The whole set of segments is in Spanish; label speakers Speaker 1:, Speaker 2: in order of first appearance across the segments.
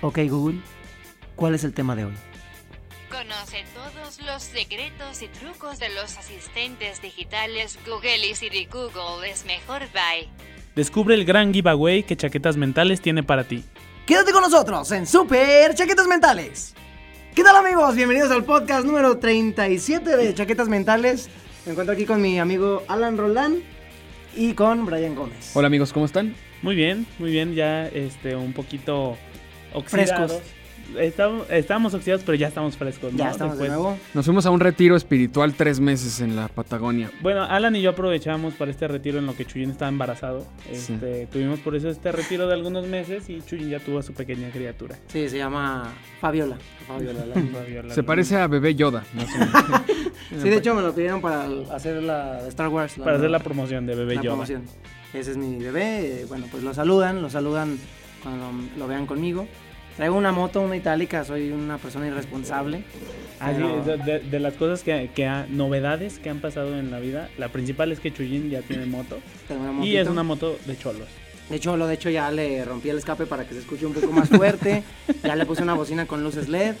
Speaker 1: Ok Google, ¿cuál es el tema de hoy?
Speaker 2: Conoce todos los secretos y trucos de los asistentes digitales Google y Siri. Google es mejor. Bye.
Speaker 3: Descubre el gran giveaway que Chaquetas Mentales tiene para ti.
Speaker 1: Quédate con nosotros en Super Chaquetas Mentales. ¿Qué tal amigos? Bienvenidos al podcast número 37 de Chaquetas Mentales. Me encuentro aquí con mi amigo Alan Roland y con Brian Gómez.
Speaker 4: Hola amigos, ¿cómo están?
Speaker 3: Muy bien, muy bien, ya este un poquito oxidados.
Speaker 1: Frescos.
Speaker 3: Estamos, estábamos oxidados, pero ya estamos frescos. ¿no?
Speaker 1: Ya estamos
Speaker 3: Después-
Speaker 1: de nuevo.
Speaker 4: Nos fuimos a un retiro espiritual tres meses en la Patagonia.
Speaker 3: Bueno, Alan y yo aprovechamos para este retiro en lo que Chuyin estaba embarazado.
Speaker 4: Sí.
Speaker 3: Este, Tuvimos por eso este retiro de algunos meses y Chuyin ya tuvo a su pequeña criatura.
Speaker 1: Sí, se llama Fabiola. Fabiola la-
Speaker 4: Se parece a Bebé Yoda. más o menos.
Speaker 1: Sí, de hecho me lo pidieron para hacer la de Star Wars.
Speaker 3: Para hacer la promoción de Bebé
Speaker 1: la
Speaker 3: Yoda.
Speaker 1: promoción. Ese es mi bebé. eh, Bueno, pues lo saludan, lo saludan cuando lo, lo vean conmigo. Traigo una moto, una itálica, soy una persona irresponsable.
Speaker 3: Ah, sí,
Speaker 1: Pero-
Speaker 3: de, de- de las cosas que, que ha- novedades que han pasado en la vida, la principal es que Chuyin ya tiene moto
Speaker 1: Tengo una
Speaker 3: y es
Speaker 1: motito.
Speaker 3: una moto de cholos.
Speaker 1: De hecho, lo de hecho ya le rompí el escape para que se escuche un poco más fuerte. ya le puse una bocina con luces LED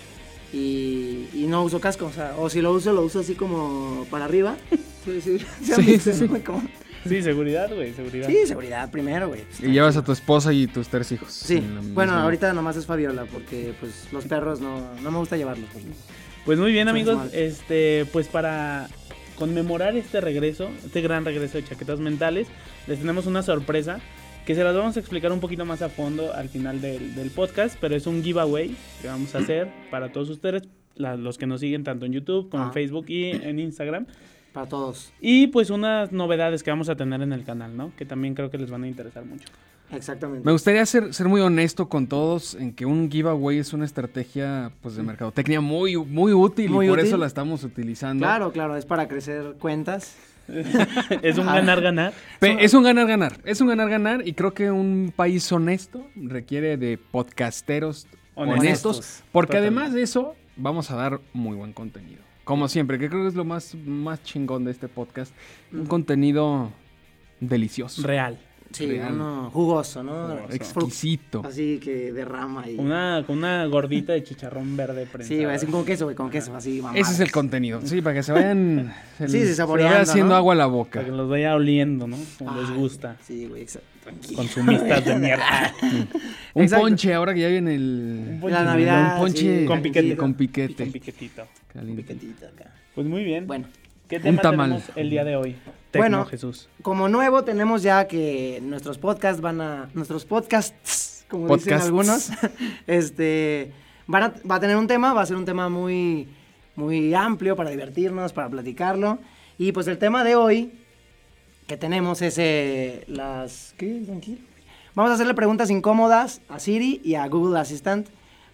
Speaker 1: y, y no uso casco. O, sea, o si lo uso, lo uso así como para arriba. Sí, sí, sí. han
Speaker 4: Sí,
Speaker 1: visto,
Speaker 4: sí, sí.
Speaker 1: ¿no? Como-
Speaker 3: Sí, seguridad, güey, seguridad.
Speaker 1: sí, seguridad primero, güey.
Speaker 4: Y llevas a tu esposa y tus tres hijos.
Speaker 1: Sí,
Speaker 4: en la misma-
Speaker 1: bueno, ahorita nomás es Fabiola porque pues los perros no, no me gusta llevarlos. pues.
Speaker 3: Pues muy bien,
Speaker 1: Son
Speaker 3: amigos,
Speaker 1: smart.
Speaker 3: este, pues para conmemorar este regreso, este gran regreso de Chaquetas Mentales, les tenemos una sorpresa que se las vamos a explicar un poquito más a fondo al final del, del podcast, pero es un giveaway que vamos a hacer para todos ustedes, la- los que nos siguen tanto en YouTube como
Speaker 1: Ah.
Speaker 3: en Facebook y en Instagram.
Speaker 1: Para todos.
Speaker 3: Y pues unas novedades que vamos a tener en el canal, ¿no? Que también creo que les van a interesar mucho.
Speaker 1: Exactamente.
Speaker 4: Me gustaría ser, ser muy honesto con todos en que un giveaway es una estrategia pues, de mercadotecnia muy, muy útil
Speaker 1: Muy
Speaker 4: y por
Speaker 1: útil.
Speaker 4: eso la estamos utilizando.
Speaker 1: Claro, claro, es para crecer cuentas.
Speaker 3: es
Speaker 1: Ah.
Speaker 3: un ganar-ganar.
Speaker 4: Pe- es un ganar-ganar. Es un ganar-ganar y creo que un país honesto requiere de podcasteros honestos.
Speaker 1: Honestos.
Speaker 4: porque
Speaker 3: Totalmente.
Speaker 4: además de eso, vamos a dar muy buen contenido. Como siempre, que creo que es lo más, más chingón de este podcast. Un contenido delicioso.
Speaker 3: Real.
Speaker 1: Sí,
Speaker 4: Real.
Speaker 1: uno jugoso, ¿no?
Speaker 3: Jugoso.
Speaker 1: Fru-
Speaker 4: exquisito.
Speaker 1: Así que derrama y...
Speaker 3: Una, con una gordita de chicharrón verde prensada.
Speaker 1: Sí, va a decir con queso, güey, con queso, así mamá.
Speaker 4: Ese es el contenido. Sí, para que se vayan. se
Speaker 1: Sí,
Speaker 4: les-
Speaker 1: sí, saboreando,
Speaker 4: Se vaya haciendo
Speaker 1: ¿no?
Speaker 4: agua a la boca.
Speaker 3: Para que los vaya oliendo, ¿no? Como les gusta.
Speaker 1: Sí, güey, exacto. Tranquilo.
Speaker 3: Consumistas de mierda.
Speaker 4: Un
Speaker 1: Exacto.
Speaker 4: ponche, ahora que ya viene el.
Speaker 3: ponche,
Speaker 1: La Navidad.
Speaker 4: Un ponche
Speaker 1: sí,
Speaker 3: con piquete.
Speaker 1: tranquilo,
Speaker 4: Con piquete.
Speaker 3: Con piquetito.
Speaker 4: Caliente.
Speaker 1: piquetito acá.
Speaker 3: Pues muy bien.
Speaker 1: Bueno,
Speaker 3: ¿Qué
Speaker 4: un
Speaker 3: tema
Speaker 4: tamal.
Speaker 3: tenemos el día de hoy? Tecno,
Speaker 1: Bueno.
Speaker 3: Jesús.
Speaker 1: como nuevo tenemos ya que nuestros podcasts van a... Nuestros podcasts, como
Speaker 4: Podcasts.
Speaker 1: dicen algunos, este... Van a, va a tener un tema, va a ser un tema muy, muy amplio para divertirnos, para platicarlo. Y pues el tema de hoy que tenemos es eh, las... ¿Qué? Tranquilo. Vamos a hacerle preguntas incómodas a Siri y a Google Assistant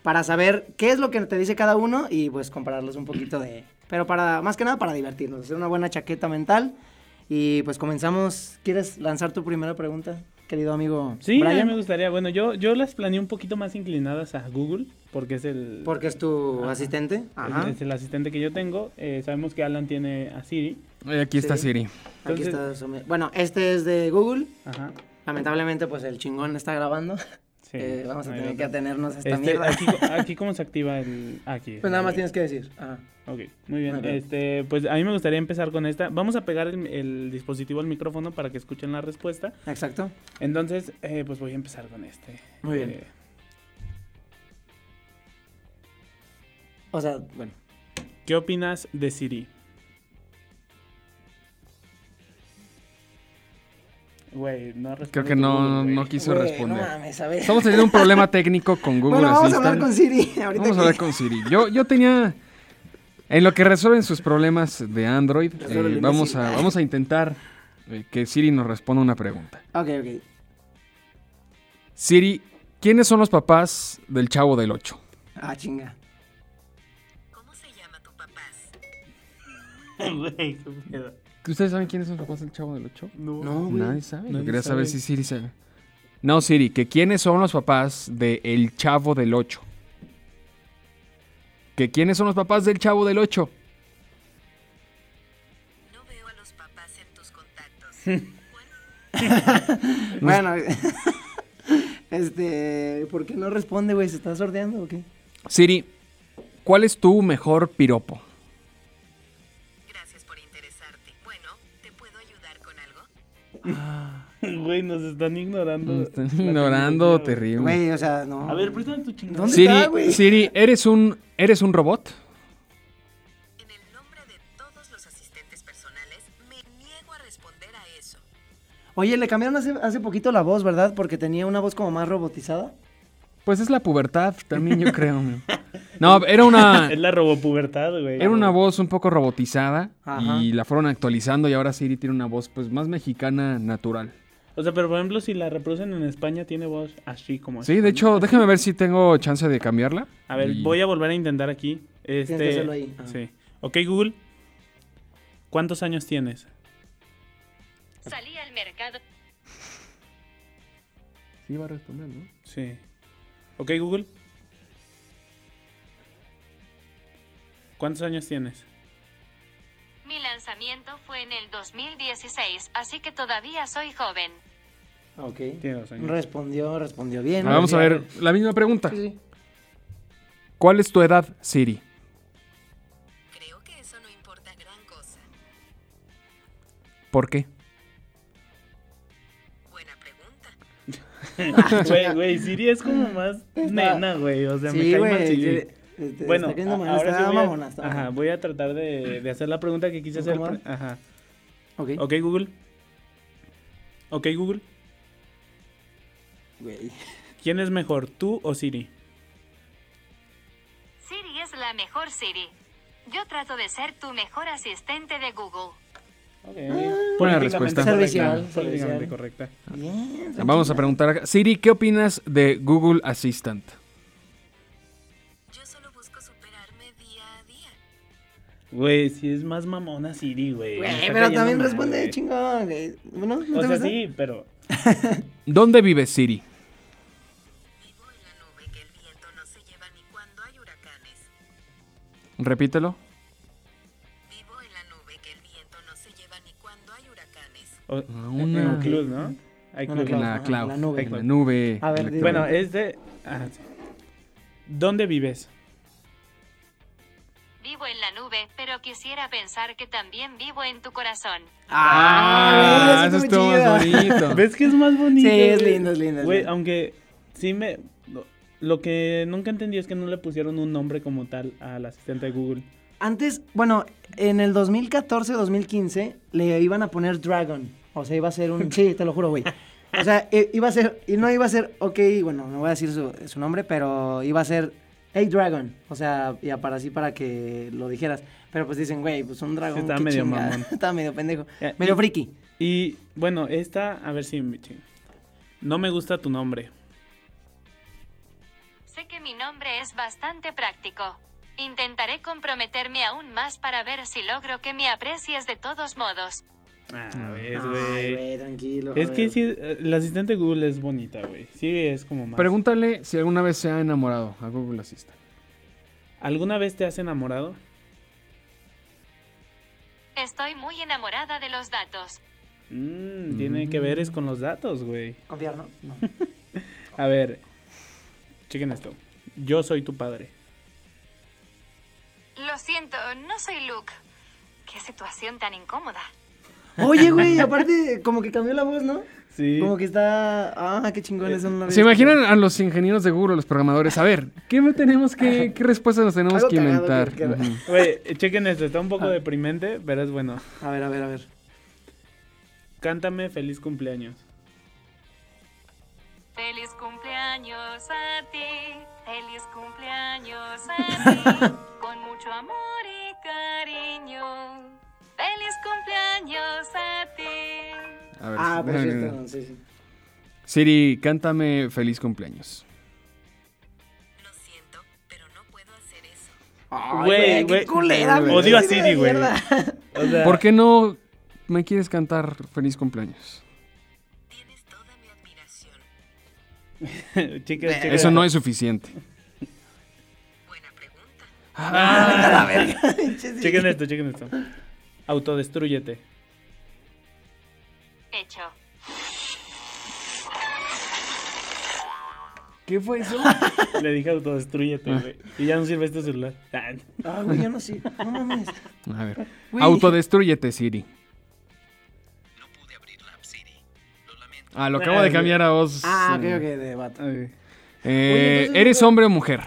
Speaker 1: para saber qué es lo que te dice cada uno y pues compararlos un poquito de... Pero para, más que nada para divertirnos, hacer una buena chaqueta mental. Y pues comenzamos. ¿Quieres lanzar tu primera pregunta, querido amigo
Speaker 3: Sí, a mí
Speaker 1: Brian?
Speaker 3: me gustaría. Bueno, yo, yo las planeé un poquito más inclinadas a Google, porque es el...
Speaker 1: Porque es tu
Speaker 3: Ajá.
Speaker 1: asistente. Ajá.
Speaker 3: Es, es el asistente que yo tengo. Eh, sabemos que Alan tiene a Siri.
Speaker 4: Oye, aquí está
Speaker 1: Sí.
Speaker 4: Siri.
Speaker 1: Aquí
Speaker 3: Entonces-
Speaker 1: está su- Bueno, este es de Google.
Speaker 3: Ajá.
Speaker 1: Lamentablemente, pues el chingón está grabando.
Speaker 3: Sí.
Speaker 1: Eh, vamos a
Speaker 3: no hay
Speaker 1: tener que
Speaker 3: otra.
Speaker 1: atenernos a esta
Speaker 3: Este,
Speaker 1: mierda.
Speaker 3: aquí, aquí cómo se activa el... Aquí.
Speaker 1: Pues nada más tienes que decir. Ajá.
Speaker 3: Ok, muy bien.
Speaker 1: Ok.
Speaker 3: Este, pues a mí me gustaría empezar con esta. Vamos a pegar el, el dispositivo al micrófono para que escuchen la respuesta.
Speaker 1: Exacto.
Speaker 3: Entonces, eh, pues voy a empezar con este.
Speaker 1: Muy bien.
Speaker 3: Eh,
Speaker 1: O sea, bueno.
Speaker 3: ¿Qué opinas de Siri? Güey, no
Speaker 4: Creo
Speaker 3: responde
Speaker 4: que
Speaker 3: tu
Speaker 4: no,
Speaker 3: Google, güey.
Speaker 4: no quiso
Speaker 1: Güey,
Speaker 4: responder.
Speaker 1: No mames, a ver.
Speaker 4: Estamos teniendo un problema técnico con Google
Speaker 1: bueno, vamos a
Speaker 4: Assistant.
Speaker 1: hablar con Siri. Ahorita
Speaker 4: Vamos a
Speaker 1: que-
Speaker 4: hablar con Siri. Yo, yo tenía. En lo que resuelven sus problemas de Android, eh,
Speaker 1: Resuelve el
Speaker 4: vamos,
Speaker 1: Siri.
Speaker 4: a, vamos a intentar eh, que Siri nos responda una pregunta.
Speaker 1: Ok,
Speaker 4: Siri, ¿quiénes son los papás del chavo del 8?
Speaker 1: ok. Ah, chinga.
Speaker 2: ¿Cómo se llama tu papá?
Speaker 3: Güey, qué miedo.
Speaker 4: ¿Ustedes saben quiénes son los papás del chavo del 8?
Speaker 3: No.
Speaker 1: No, güey.
Speaker 4: Nadie sabe. Yo
Speaker 3: Nadie
Speaker 4: quería
Speaker 3: sabe.
Speaker 4: saber si Siri sabe. No, Siri, que quiénes son los papás de El Chavo del 8. Que quiénes son los papás del Chavo del 8.
Speaker 2: No veo a los papás en tus contactos.
Speaker 1: Bueno, Este, ¿por qué no responde, güey? ¿Se está sorteando o qué?
Speaker 4: Siri, ¿cuál es tu mejor piropo?
Speaker 5: Gracias por interesarte. Bueno, ¿te puedo ayudar con algo?
Speaker 3: Güey, nos están ignorando.
Speaker 4: Me están
Speaker 3: Mm, La
Speaker 4: Este, ignorando
Speaker 3: tecnología,
Speaker 4: terrible.
Speaker 1: Güey, o sea, no.
Speaker 3: güey. A ver, pues, préstame tu chingada.
Speaker 1: ¿Dónde?
Speaker 4: Siri,
Speaker 1: está, güey?
Speaker 4: Siri, ¿eres un, ¿eres un robot?
Speaker 5: En el nombre de todos los asistentes personales, me niego a responder a eso.
Speaker 1: Oye, le cambiaron hace, hace poquito la voz, ¿verdad? Porque tenía una voz como más robotizada.
Speaker 4: Pues es la pubertad también, yo creo. mi. No, era una,
Speaker 3: Es la robopubertad, güey.
Speaker 4: era una voz un poco robotizada
Speaker 1: Ajá.
Speaker 4: y la fueron actualizando y ahora Siri tiene una voz pues más mexicana natural.
Speaker 3: O sea, pero por ejemplo, si la reproducen en España, tiene voz así como
Speaker 4: Sí, de hecho, déjame ver si tengo chance de cambiarla.
Speaker 3: A ver,
Speaker 4: Y-
Speaker 3: voy a volver a intentar aquí. Este...
Speaker 1: que hacerlo ahí. Ajá.
Speaker 3: Sí. Ok, Google. ¿Cuántos años tienes?
Speaker 2: Salí al mercado.
Speaker 4: Sí, va a responder, ¿no?
Speaker 3: Sí. Ok, Google. ¿Cuántos años tienes?
Speaker 2: Mi lanzamiento fue en el 2016, así que todavía soy joven.
Speaker 3: Ah,
Speaker 1: Ok.
Speaker 3: Tiene dos años.
Speaker 1: Respondió, respondió bien.
Speaker 4: Ah, vamos a ver la misma pregunta.
Speaker 1: Sí, sí.
Speaker 4: ¿Cuál es tu edad, Siri?
Speaker 5: Creo que eso no importa gran cosa.
Speaker 4: ¿Por qué?
Speaker 5: Buena pregunta.
Speaker 3: Güey, güey, Siri es como más nena, güey. O sea, me
Speaker 1: Sí,
Speaker 3: cae
Speaker 1: güey.
Speaker 3: mal Siri.
Speaker 1: sí, este,
Speaker 3: Bueno,
Speaker 1: está cayendo
Speaker 3: a-
Speaker 1: mal,
Speaker 3: ahora
Speaker 1: está
Speaker 3: sí voy a,
Speaker 1: mamona, está
Speaker 3: ajá,
Speaker 1: mamona.
Speaker 3: voy a tratar de, de hacer la pregunta que quise hacer.
Speaker 1: ¿Cómo va?
Speaker 3: Ajá.
Speaker 1: Ok.
Speaker 3: Ok, Google. Ok, Google.
Speaker 1: Güey.
Speaker 3: ¿Quién es mejor, tú o Siri?
Speaker 2: Siri es la mejor Siri. Yo trato de ser tu mejor asistente de Google.
Speaker 3: Políticamente
Speaker 4: Buena
Speaker 3: correcta,
Speaker 4: respuesta.
Speaker 1: Ah. Servicial,
Speaker 3: Políticamente
Speaker 1: servicial.
Speaker 3: correcta.
Speaker 1: Bien.
Speaker 4: Vamos a preguntar acá. Siri, ¿qué opinas de Google Assistant?
Speaker 5: Yo solo busco superarme día a día.
Speaker 3: Güey, si es más mamona Siri, güey. Me
Speaker 1: Güey,
Speaker 3: está
Speaker 1: pero
Speaker 3: cayendo
Speaker 1: también
Speaker 3: mal,
Speaker 1: responde
Speaker 3: güey.
Speaker 1: chingón, güey. ¿No? ¿No te
Speaker 3: O sea,
Speaker 1: gusta?
Speaker 3: sí, pero.
Speaker 4: ¿Dónde vive Siri?
Speaker 5: Vivo en la nube que el viento no se lleva ni cuando hay huracanes.
Speaker 4: Repítelo.
Speaker 5: Vivo en la nube que el viento no se lleva ni cuando hay huracanes.
Speaker 3: o-
Speaker 4: una-
Speaker 3: en un club, ¿no? Hay
Speaker 1: Ah, Una
Speaker 3: club.
Speaker 4: En la
Speaker 1: Ajá,
Speaker 4: cloud.
Speaker 1: la nube.
Speaker 4: En la nube.
Speaker 1: A ver,
Speaker 4: En la
Speaker 1: dime.
Speaker 3: Bueno, es de. ajá, sí. ¿Dónde vives?
Speaker 2: Vivo en la nube, pero quisiera pensar que también vivo en tu corazón.
Speaker 4: Ah, eso estuvo más bonito.
Speaker 3: ¿Ves que es más bonito?
Speaker 1: Ah. Sí, es
Speaker 3: güey?
Speaker 1: lindo, es lindo, es
Speaker 3: Güey,
Speaker 1: lindo.
Speaker 3: aunque sí me. lo- Lo que nunca entendí es que no le pusieron un nombre como tal al asistente de Google.
Speaker 1: Antes, bueno, en el 2014-2015 le iban a poner Dragon. O sea, iba a ser un... Sí, te lo juro, güey. O sea, i- iba a ser... Y no iba a ser... Ok, bueno, no voy a decir su, su nombre, pero iba a ser... Hey, Dragon. O sea, ya para así, para que lo dijeras. Pero pues dicen, güey, pues un dragón.
Speaker 3: estaba
Speaker 1: qué
Speaker 3: medio
Speaker 1: chingada.
Speaker 3: mamón.
Speaker 1: estaba medio pendejo.
Speaker 3: Ya,
Speaker 1: medio
Speaker 3: y-
Speaker 1: friki.
Speaker 3: Y bueno, esta, a ver si. me- No me gusta tu nombre.
Speaker 2: Sé que mi nombre es bastante práctico. Intentaré comprometerme aún más para ver si logro que me aprecies de todos modos.
Speaker 3: Ah, ves,
Speaker 1: Ay,
Speaker 3: güey.
Speaker 1: güey, tranquilo.
Speaker 3: Es que
Speaker 1: joder.
Speaker 3: sí, eh, la asistente de Google es bonita, güey. Sí, es como más.
Speaker 4: Pregúntale si alguna vez se ha enamorado a Google Assistant.
Speaker 3: ¿Alguna vez te has enamorado?
Speaker 2: Estoy muy enamorada de los datos.
Speaker 3: Mm, tiene que ver es con los datos, güey.
Speaker 1: Confiar, ¿no? No.
Speaker 3: A ver, chequen esto. Yo soy tu padre.
Speaker 2: Lo siento, no soy Luke. Qué situación tan incómoda.
Speaker 1: Oye, güey, aparte, como que cambió la voz, ¿no?
Speaker 3: Sí. Eh,
Speaker 1: Como que está. Ah, qué chingón eso. no lo había
Speaker 4: ¿Se
Speaker 1: escuchado.
Speaker 4: imaginan a los ingenieros de Google, los programadores? A ver, ¿qué me tenemos que, qué respuestas nos tenemos
Speaker 1: Algo
Speaker 4: que
Speaker 1: cagado
Speaker 4: inventar?
Speaker 1: que- que-
Speaker 4: Ujú.
Speaker 3: Güey, eh, chequen esto, está un poco deprimente, pero es bueno.
Speaker 1: A ver, a ver, a ver.
Speaker 3: Cántame feliz cumpleaños.
Speaker 2: Feliz cumpleaños a ti, feliz cumpleaños a ti, con mucho amor y cariño. Feliz cumpleaños a ti.
Speaker 4: A ver,
Speaker 1: Ah, por
Speaker 4: déjame-
Speaker 1: cierto, sí, sí.
Speaker 4: Siri, cántame feliz cumpleaños.
Speaker 5: Lo siento, pero no puedo hacer eso.
Speaker 1: Ay,
Speaker 3: Güey,
Speaker 1: Güey,
Speaker 3: güey.
Speaker 1: qué culera, güey.
Speaker 3: Odio a
Speaker 1: Qué
Speaker 3: Siri, güey.
Speaker 1: mierda.
Speaker 3: O
Speaker 1: Ah.
Speaker 3: sea,
Speaker 4: ¿Por qué no me quieres cantar feliz cumpleaños?
Speaker 5: Tienes toda mi admiración.
Speaker 3: chequen, chequen
Speaker 4: Eso no
Speaker 3: esto.
Speaker 4: es suficiente.
Speaker 5: Buena pregunta.
Speaker 1: Sí, sí.
Speaker 3: Chequen esto, chequen esto. Autodestrúyete.
Speaker 2: Hecho.
Speaker 4: ¿Qué fue eso?
Speaker 3: Le dije autodestruyete, güey. Y ya no sirve este celular. Ah,
Speaker 1: Ah, güey, yo no sé. No mames.
Speaker 4: A ver.
Speaker 1: Güey.
Speaker 4: Autodestrúyete, Siri.
Speaker 5: No pude abrir la app Siri. Lo lamento.
Speaker 4: Ah, lo acabo de
Speaker 3: Ah,
Speaker 4: cambiar a vos. Eh,
Speaker 1: Ah, creo que de vato. Oye, entonces,
Speaker 4: ¿Eres
Speaker 1: güey.
Speaker 4: hombre o mujer?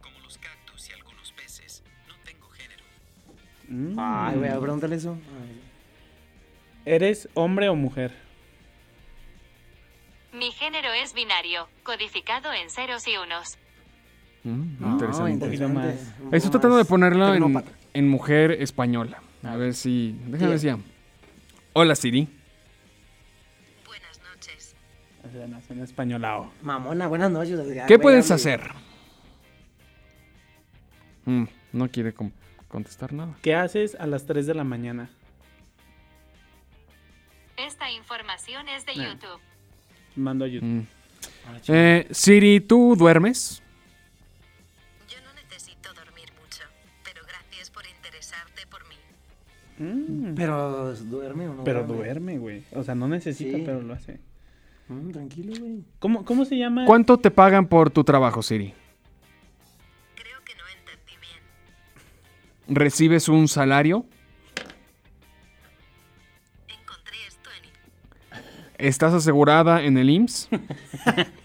Speaker 5: Como los cactus y algunos peces, no tengo género.
Speaker 3: mm.
Speaker 1: Ay, güey, pregúntale eso. Ay.
Speaker 3: ¿Eres hombre o mujer?
Speaker 2: Mi género es binario, codificado en ceros y unos.
Speaker 4: Mm,
Speaker 1: No,
Speaker 4: interesante.
Speaker 3: poquito más.
Speaker 1: un poco
Speaker 4: Estoy tratando de
Speaker 1: más
Speaker 4: ponerla en,
Speaker 1: tecnópata.
Speaker 4: en mujer española. A ver si. Déjame ver si. ya. Hola, Siri.
Speaker 5: Buenas noches.
Speaker 3: O sea, nació en españolao.
Speaker 1: Mamona, buenas noches. Ay,
Speaker 4: ¿Qué
Speaker 1: güey,
Speaker 4: puedes
Speaker 1: hable.
Speaker 4: hacer? Mm, no quiere com- contestar nada.
Speaker 3: ¿Qué haces a las 3 de la mañana?
Speaker 2: Esta información es de
Speaker 3: Nah.
Speaker 2: YouTube.
Speaker 3: Mando a YouTube.
Speaker 4: Mm.
Speaker 3: Ah, ch-
Speaker 4: Eh, Siri, ¿tú duermes?
Speaker 5: Yo no necesito dormir mucho, pero gracias por interesarte por mí.
Speaker 3: Mm.
Speaker 1: Pero duerme o no.
Speaker 3: Pero duerme, güey. O sea, no necesita,
Speaker 1: Sí.
Speaker 3: pero lo hace.
Speaker 1: Mm, tranquilo, güey.
Speaker 3: ¿Cómo, cómo se llama?
Speaker 4: ¿Cuánto te pagan por tu trabajo, Siri?
Speaker 5: Creo que no entendí bien.
Speaker 4: ¿Recibes un salario?
Speaker 5: Encontré esto en in-
Speaker 4: ¿Estás asegurada en el IMSS?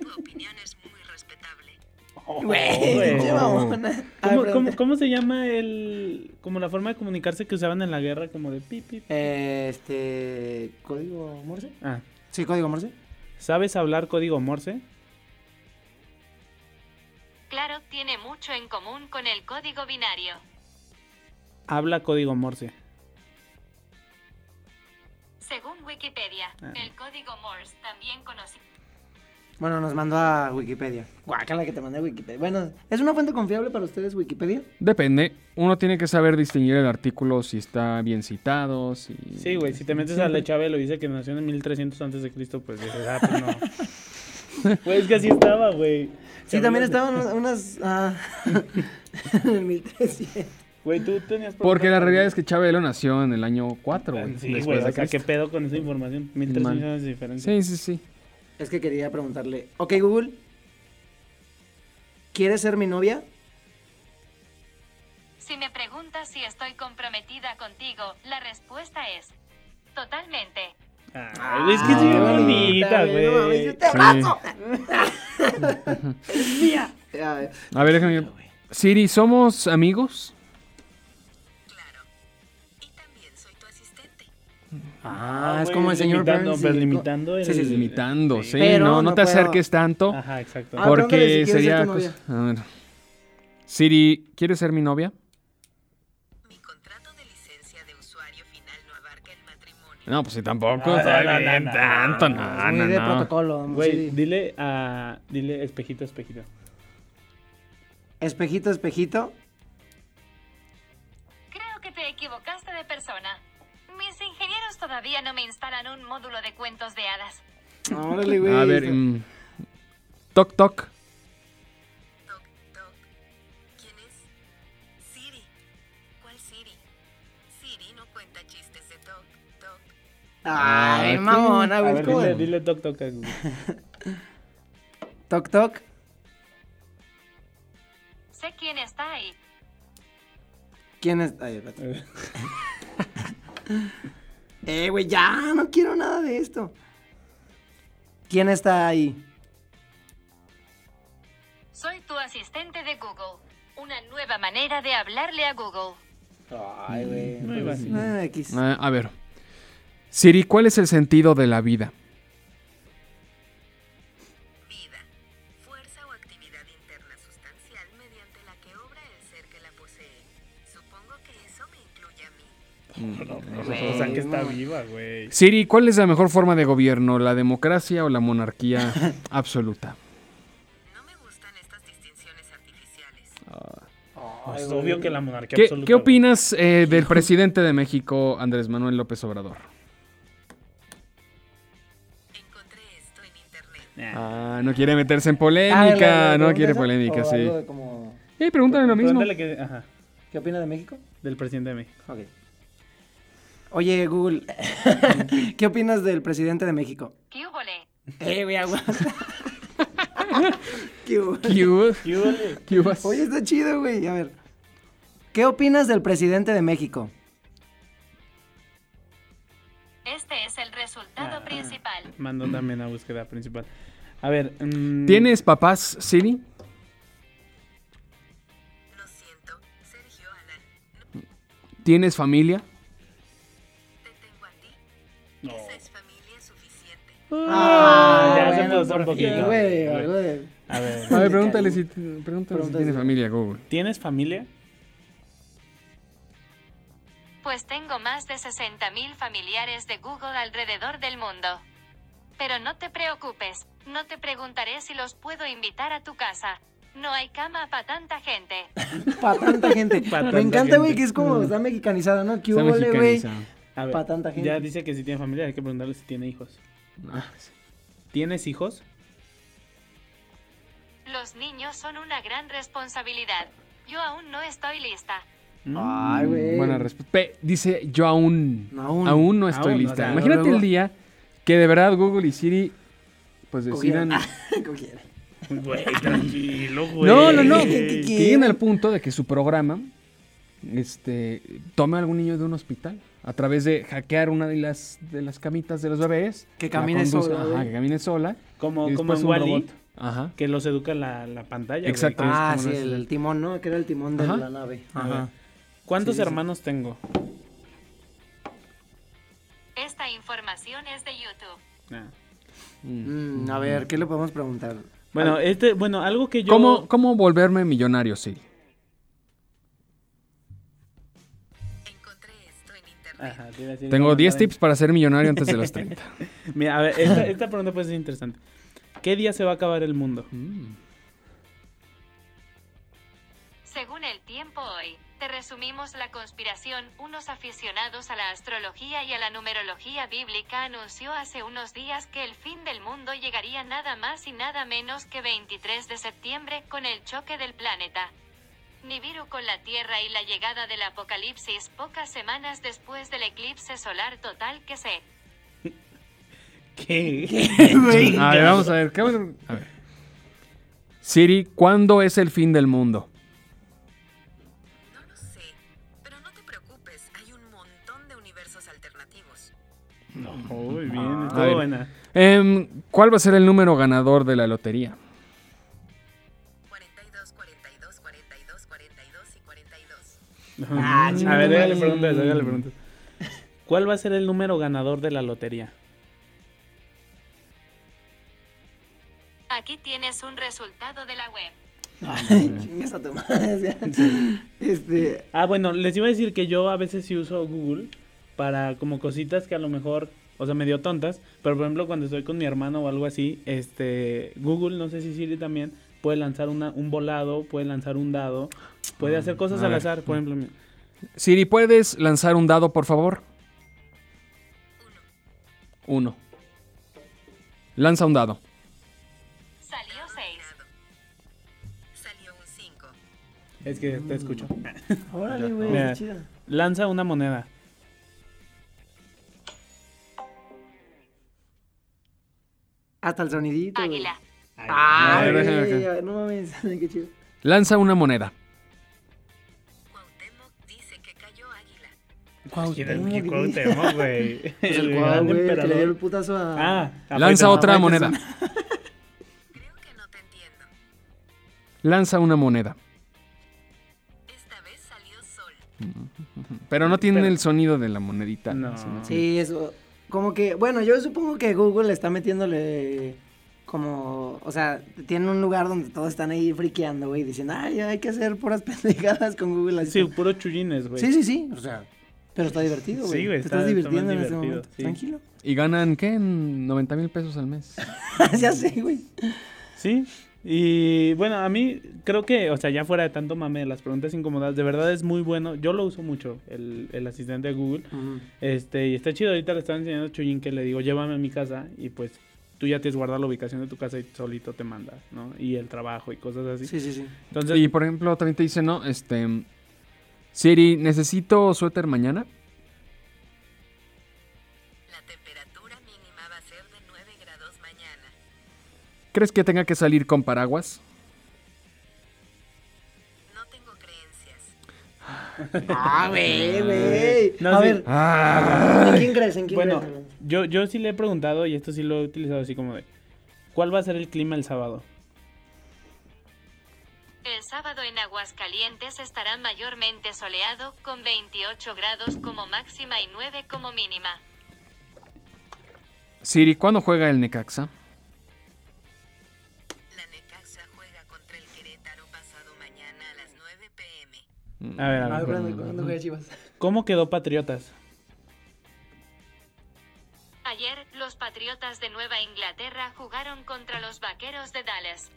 Speaker 5: tu opinión es muy respetable.
Speaker 1: Oh,
Speaker 3: güey.
Speaker 1: Qué mamona. A ver,
Speaker 3: ¿Cómo, cómo-
Speaker 1: pregúntale.
Speaker 3: cómo se llama el. como la forma de comunicarse que usaban en la guerra, como de pi, pi, pi?
Speaker 1: Eh, Este. ¿Código Morse?
Speaker 3: Ah,
Speaker 1: Sí, código Morse.
Speaker 3: ¿sabes hablar código Morse?
Speaker 2: Claro, tiene mucho en común con el código binario.
Speaker 3: Habla código Morse.
Speaker 2: Según Wikipedia,
Speaker 3: Ah.
Speaker 2: el código Morse, también conocido
Speaker 1: Bueno, nos mandó a Wikipedia. Guácala que te mandé a Wikipedia. Bueno, ¿es una fuente confiable para ustedes Wikipedia?
Speaker 4: Depende. Uno tiene que saber distinguir el artículo si está bien citado. Si...
Speaker 3: Sí, güey, si te metes a la Chabelo y dice que nació en 1300 antes de Cristo, pues dices, ah, pues no. Güey, es que así estaba, güey.
Speaker 1: Sí, también estaban unas- unas... ah, en el 1300.
Speaker 3: Güey, tú tenías...
Speaker 4: Porque la realidad es que Chabelo nació en el año 4, güey.
Speaker 3: pues, Sí,
Speaker 4: después
Speaker 3: güey,
Speaker 4: de
Speaker 3: o sea,
Speaker 4: Cristo.
Speaker 3: ¿qué pedo con esa información? 1300
Speaker 4: Man.
Speaker 3: años de diferencia.
Speaker 4: Sí, sí, sí.
Speaker 1: Es que quería preguntarle, ok Google, ¿quieres ser mi novia?
Speaker 2: Si me preguntas si estoy comprometida contigo, la respuesta es totalmente.
Speaker 3: Ay, güey, es que sí,
Speaker 4: qué
Speaker 3: es
Speaker 1: Ah,
Speaker 3: bonita,
Speaker 1: güey, no mames,
Speaker 3: güey.
Speaker 1: yo te
Speaker 4: Sí.
Speaker 1: abrazo. Es mía. A ver,
Speaker 4: A ver, déjame ver. Siri, ¿somos amigos?
Speaker 5: Claro. Y también soy tu asistente.
Speaker 1: Ah, es
Speaker 3: güey,
Speaker 1: como el señor
Speaker 3: limitando,
Speaker 1: Burns
Speaker 3: Pero
Speaker 1: y-
Speaker 3: limitando el...
Speaker 1: Sí, sí, sí.
Speaker 4: Limitando, sí.
Speaker 1: Pero
Speaker 4: no, no,
Speaker 1: no
Speaker 4: te
Speaker 1: puedo.
Speaker 4: acerques tanto.
Speaker 3: Ajá, exacto.
Speaker 1: Ah,
Speaker 4: Porque
Speaker 1: pregúntale si quieres ser
Speaker 4: sería.
Speaker 1: tu
Speaker 4: cosa- A ver. Siri, ¿quieres ser mi novia?
Speaker 5: Mi contrato de licencia de usuario final no abarca el matrimonio.
Speaker 4: No, pues sí, tampoco.
Speaker 3: No,
Speaker 4: está
Speaker 3: no, no,
Speaker 4: bien,
Speaker 3: no,
Speaker 4: tanto, no,
Speaker 1: es muy
Speaker 4: no,
Speaker 1: de
Speaker 4: no.
Speaker 1: protocolo.
Speaker 3: Güey,
Speaker 1: sí.
Speaker 3: dile a... Dile espejito, espejito.
Speaker 1: Espejito, espejito.
Speaker 2: Creo que te equivocaste de persona. Mis ingenieros todavía no me instalan un módulo de cuentos de hadas.
Speaker 1: Órale, güey.
Speaker 4: A ver, mm, toc, toc.
Speaker 5: Toc, toc. ¿Quién es? Siri. ¿Cuál Siri? Siri no cuenta chistes de toc, toc.
Speaker 1: Ay,
Speaker 4: Ah,
Speaker 1: mamona,
Speaker 3: A
Speaker 1: güey.
Speaker 3: ver,
Speaker 1: ¿cómo?
Speaker 3: dile, dile toc toc a Google.
Speaker 1: Toc, toc.
Speaker 2: Sé quién está ahí.
Speaker 1: ¿Quién es? Ay, espérate. Eh, güey, ya, no quiero nada de esto. ¿Quién está ahí?
Speaker 2: Soy tu asistente de Google. Una nueva manera de hablarle a Google.
Speaker 1: Ay, güey.
Speaker 3: Muy fácil.
Speaker 1: Ah, X.
Speaker 4: Ah, a ver. Siri, ¿cuál es el sentido de la vida?
Speaker 5: Vida. Fuerza o actividad interna sustancial mediante la que obra el ser que la posee. Supongo que eso me incluye a mí.
Speaker 3: pues, O sea, que está viva, güey.
Speaker 4: Siri, ¿cuál es la mejor forma de gobierno? ¿La democracia o la monarquía absoluta?
Speaker 5: No me gustan estas distinciones artificiales.
Speaker 3: Es Pues obvio que la monarquía
Speaker 4: ¿Qué,
Speaker 3: absoluta.
Speaker 4: qué opinas eh, del presidente de México, Andrés Manuel López Obrador?
Speaker 5: Encontré esto en internet.
Speaker 3: güey. Nah.
Speaker 4: Ah, no quiere meterse en
Speaker 1: Ah, la- la-
Speaker 4: polémica,
Speaker 1: la
Speaker 4: no
Speaker 1: pregunta
Speaker 4: quiere
Speaker 1: esa,
Speaker 4: polémica,
Speaker 1: o
Speaker 4: sí.
Speaker 1: algo de como,
Speaker 4: Eh, pregúntale lo mismo.
Speaker 3: Pregúntale que- ajá,
Speaker 1: ¿Qué opina de México?
Speaker 3: del presidente de México.
Speaker 1: Ok. Oye, Google, ¿qué opinas del presidente de México?
Speaker 2: ¿Qué hubo, le?
Speaker 1: Eh, güey, aguanta. Qué bueno.
Speaker 4: ¿Qué hubo?
Speaker 3: ¿Qué huele?
Speaker 4: ¿Qué hubo?
Speaker 1: Oye, está chido, güey. A ver. ¿Qué opinas del presidente de México?
Speaker 2: Este es el resultado
Speaker 3: Ah.
Speaker 2: principal.
Speaker 3: Mando también a búsqueda principal. A ver. mm,
Speaker 4: ¿Tienes papás, Siri?
Speaker 5: Lo siento, Sergio Alan. No
Speaker 4: ¿Tienes familia?
Speaker 5: te tengo a ti.
Speaker 3: no.
Speaker 5: Esa es familia suficiente.
Speaker 3: Ah, ya se
Speaker 1: bueno,
Speaker 3: puso un
Speaker 1: por fin,
Speaker 3: poquito.
Speaker 1: güey, güey.
Speaker 3: A ver.
Speaker 4: A ver, pregúntale si, pregúntale si
Speaker 1: Pregúntale
Speaker 4: tiene
Speaker 1: si-
Speaker 4: familia, Google.
Speaker 3: ¿Tienes familia?
Speaker 2: Pues tengo más de 60.000 familiares de Google alrededor del mundo. Pero no te preocupes, no te preguntaré si los puedo invitar a tu casa. No hay cama para tanta gente.
Speaker 1: Pa' tanta gente.
Speaker 3: Pa' tanta
Speaker 1: Me encanta, güey,
Speaker 3: gente.
Speaker 1: que es como, está mexicanizada, ¿no? ¿Qué
Speaker 4: Está
Speaker 1: hubo, le, güey?
Speaker 4: mexicanizado.
Speaker 3: A ver.
Speaker 1: Pa' tanta gente.
Speaker 3: Ya dice que si tiene familia, hay que preguntarle si tiene hijos.
Speaker 4: Ah, sí.
Speaker 3: ¿Tienes hijos?
Speaker 2: Los niños son una gran responsabilidad. Yo aún no estoy lista.
Speaker 3: Mm.
Speaker 1: Ay, güey.
Speaker 4: Buena respuesta. Pe- Dice, yo aún,
Speaker 1: Aún.
Speaker 4: aún, no estoy
Speaker 3: Aún, o
Speaker 4: lista.
Speaker 3: sea,
Speaker 4: Imagínate
Speaker 1: luego-
Speaker 4: el día que de verdad Google y Siri pues
Speaker 1: Cogieron. Ah,
Speaker 4: decidan...
Speaker 1: Cogieron.
Speaker 3: Mm, Güey, tranquilo, güey.
Speaker 4: No, no, no.
Speaker 1: ¿Qué,
Speaker 4: que
Speaker 1: qué, qué?
Speaker 4: lleguen al punto de que su programa este, tome a algún niño de un hospital a través de hackear una de las, de las camitas de los bebés.
Speaker 1: Que
Speaker 4: la
Speaker 1: camine
Speaker 4: conduzca-
Speaker 1: sola,
Speaker 4: ajá,
Speaker 1: güey.
Speaker 4: que camine sola.
Speaker 3: Como,
Speaker 4: y
Speaker 3: como
Speaker 4: después
Speaker 3: en
Speaker 4: un
Speaker 3: Wally,
Speaker 4: robot. Ajá.
Speaker 3: que los educa la, la pantalla. güey.
Speaker 4: Exacto.
Speaker 3: Ah,
Speaker 1: Ah,
Speaker 4: como
Speaker 1: sí,
Speaker 4: no es-
Speaker 1: el timón, ¿no? Que era el timón de
Speaker 4: Ajá.
Speaker 1: la nave.
Speaker 4: Ajá.
Speaker 3: ¿Cuántos
Speaker 1: Sí, sí.
Speaker 3: hermanos tengo?
Speaker 2: Esta información es de YouTube.
Speaker 3: Ah.
Speaker 4: Mm.
Speaker 1: Mm, a ver, ¿qué le podemos preguntar?
Speaker 3: Bueno, este, bueno, algo que yo.
Speaker 4: ¿Cómo, ¿Cómo volverme millonario, Siri?
Speaker 5: Encontré esto en internet.
Speaker 3: Ajá, te iba a decir
Speaker 4: Tengo
Speaker 3: cómo
Speaker 4: 10
Speaker 3: saben.
Speaker 4: tips para ser millonario antes de los 30.
Speaker 3: Mira, a ver, esta, esta pregunta puede ser interesante. ¿Qué día se va a acabar el mundo?
Speaker 4: Mm.
Speaker 2: Según el tiempo hoy, te resumimos la conspiración. Unos aficionados a la astrología y a la numerología bíblica anunció hace unos días que el fin del mundo llegaría nada más y nada menos que 23 de septiembre con el choque del planeta. Nibiru con la Tierra y la llegada del apocalipsis pocas semanas después del eclipse solar total que se
Speaker 3: ¿Qué?
Speaker 4: A ver, vamos a ver. ¿qué vamos a- a ver. Siri, ¿cuándo es el fin del mundo?
Speaker 5: No lo sé, pero no te preocupes, hay un montón de universos alternativos.
Speaker 3: Muy bien,
Speaker 4: A
Speaker 3: estuvo
Speaker 4: ver.
Speaker 3: buena.
Speaker 4: Em, ¿Cuál va a ser el número ganador de la lotería?
Speaker 5: 42, 42, 42, 42 y 42.
Speaker 1: Ah,
Speaker 3: a
Speaker 1: chingada
Speaker 3: ver, déjale
Speaker 1: madre.
Speaker 3: preguntas, déjale preguntas. ¿Cuál va a ser el número ganador de la lotería?
Speaker 2: Aquí tienes un resultado de la web.
Speaker 1: Chingas a tu madre. o sea, Este.
Speaker 3: Ah, bueno, les iba a decir que yo a veces sí uso Google para como cositas que a lo mejor, o sea, medio tontas, pero por ejemplo cuando estoy con mi hermano o algo así, este, Google, no sé si Siri también, puede lanzar una, un volado, puede lanzar un dado, puede hacer cosas
Speaker 4: a
Speaker 3: al
Speaker 4: ver.
Speaker 3: azar, por ejemplo. mi-
Speaker 4: Siri, ¿puedes lanzar un dado, por favor? Uno. Lanza un dado.
Speaker 2: Salió 6.
Speaker 5: Ganado. Salió un 5.
Speaker 3: Es que te escucho.
Speaker 1: Órale, güey,
Speaker 3: Mira.
Speaker 1: qué chido.
Speaker 3: Lanza una moneda.
Speaker 1: Hasta el sonidito. güey.
Speaker 2: Águila.
Speaker 1: Ay,
Speaker 4: A ver, déjame
Speaker 1: güey,
Speaker 4: acá.
Speaker 1: a ver, no mames, qué chido.
Speaker 4: Lanza una moneda.
Speaker 5: Cuauhtémoc dice que cayó águila.
Speaker 1: Cuauhtémoc,
Speaker 3: güey.
Speaker 1: Pues
Speaker 3: El
Speaker 1: el
Speaker 3: gran
Speaker 1: cuau, güey, que le dio el
Speaker 3: emperador.
Speaker 1: putazo a.
Speaker 3: Ah,
Speaker 4: Lanza
Speaker 3: aprieta.
Speaker 4: otra
Speaker 1: aprieta,
Speaker 4: moneda.
Speaker 5: Creo que no te entiendo.
Speaker 4: Lanza una moneda.
Speaker 5: Esta vez salió sol.
Speaker 4: Pero no tiene
Speaker 3: Pero-
Speaker 4: el sonido de la monedita.
Speaker 3: No.
Speaker 4: sino-
Speaker 1: Sí, eso. Como que, bueno, yo supongo que Google está metiéndole como, o sea, tienen un lugar donde todos están ahí friqueando, güey, diciendo, ay, hay que hacer puras pendejadas con Google. así
Speaker 3: Sí,
Speaker 1: como-
Speaker 3: puro chullines, güey.
Speaker 1: sí, sí, sí, o sea, pero está divertido,
Speaker 3: Sí,
Speaker 1: güey.
Speaker 3: güey,
Speaker 1: Te
Speaker 3: está-
Speaker 1: estás
Speaker 3: está
Speaker 1: divirtiendo
Speaker 3: más
Speaker 1: en este
Speaker 3: divertido,
Speaker 1: momento,
Speaker 3: sí.
Speaker 1: tranquilo.
Speaker 4: ¿Y ganan qué? 90 mil pesos al mes.
Speaker 1: ya sé, güey.
Speaker 3: Sí. Y bueno, a mí creo que, o sea, ya fuera de tanto mame de las preguntas incómodas, de verdad es muy bueno. Yo lo uso mucho, el, el asistente de Google. Este, y está chido. Ahorita le estaba enseñando a Chuyín que le digo, llévame a mi casa. Y pues tú ya tienes guardar la ubicación de tu casa y solito te manda, ¿no? Y el trabajo y cosas así.
Speaker 1: Sí, sí, sí.
Speaker 3: Entonces,
Speaker 4: Y por ejemplo, otra gente dice, no, este... Siri, necesito suéter mañana. ¿Crees que tenga que salir con paraguas?
Speaker 5: No tengo creencias.
Speaker 1: Ah, güey, güey.
Speaker 3: No,
Speaker 1: a
Speaker 3: sí.
Speaker 1: ver, ¿en quién crees? ¿En quién
Speaker 3: Bueno,
Speaker 1: crees?
Speaker 3: yo, yo sí le he preguntado, y esto sí lo he utilizado así como de, ¿cuál va a ser el clima el sábado?
Speaker 2: El sábado en Aguascalientes estará mayormente soleado, con 28 grados como máxima y 9 como mínima.
Speaker 4: Siri, ¿cuándo juega el Necaxa?
Speaker 5: La Necaxa juega contra el Querétaro pasado mañana a las 9 pm.
Speaker 3: A ver, a
Speaker 1: A
Speaker 3: ver.
Speaker 1: ver, ¿cuándo- ¿cuándo juega Chivas?
Speaker 3: ¿Cómo quedó Patriotas?
Speaker 2: Ayer, los Patriotas de Nueva Inglaterra jugaron contra los Vaqueros de Dallas.